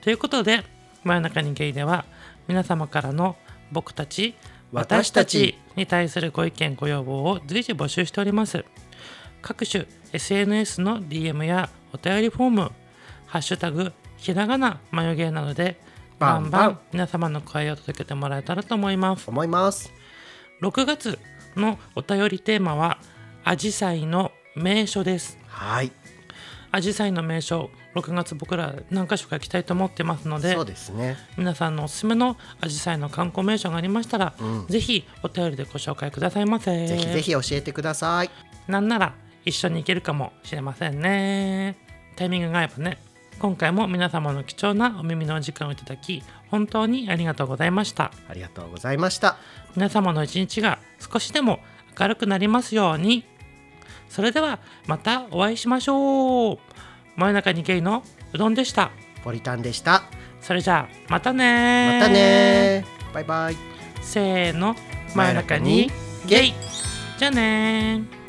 Speaker 1: ということで「真夜中にゲイ」では皆様からの僕たち
Speaker 2: 私たち
Speaker 1: に対するご意見ご要望を随時募集しております。各種 SNS の DM やお便りフォーム「ハッシュタグひらがな眉毛」などで
Speaker 2: バ
Speaker 1: バ
Speaker 2: ン
Speaker 1: ン
Speaker 2: バン
Speaker 1: バン皆様の声を届けてもらえたらと思います
Speaker 2: う。。思います。
Speaker 1: 6月のお便りテーマは「アジサイの名所」です。
Speaker 2: はい。
Speaker 1: アジサイの名所6月僕ら何箇所か行きたいと思ってますので
Speaker 2: そうですね。
Speaker 1: 皆さんのおすすめのアジサイの観光名所がありましたら、
Speaker 2: うん
Speaker 1: ぜひお便りでご紹介くださいませ
Speaker 2: ぜひぜひ教えてください。
Speaker 1: なんなら一緒に行けるかもしれませんねタイミングが合えばね今回も皆様の貴重なお耳のお時間をいただき本当にありがとうございました
Speaker 2: ありがとうございました。
Speaker 1: 皆様の一日が少しでも明るくなりますようにそれではまたお会いしましょう真夜中にゲイのうどんでした
Speaker 2: ポリタンでした。
Speaker 1: それじゃあまたね
Speaker 2: またねバイバイ。
Speaker 1: せーの真夜中にゲイじゃあねー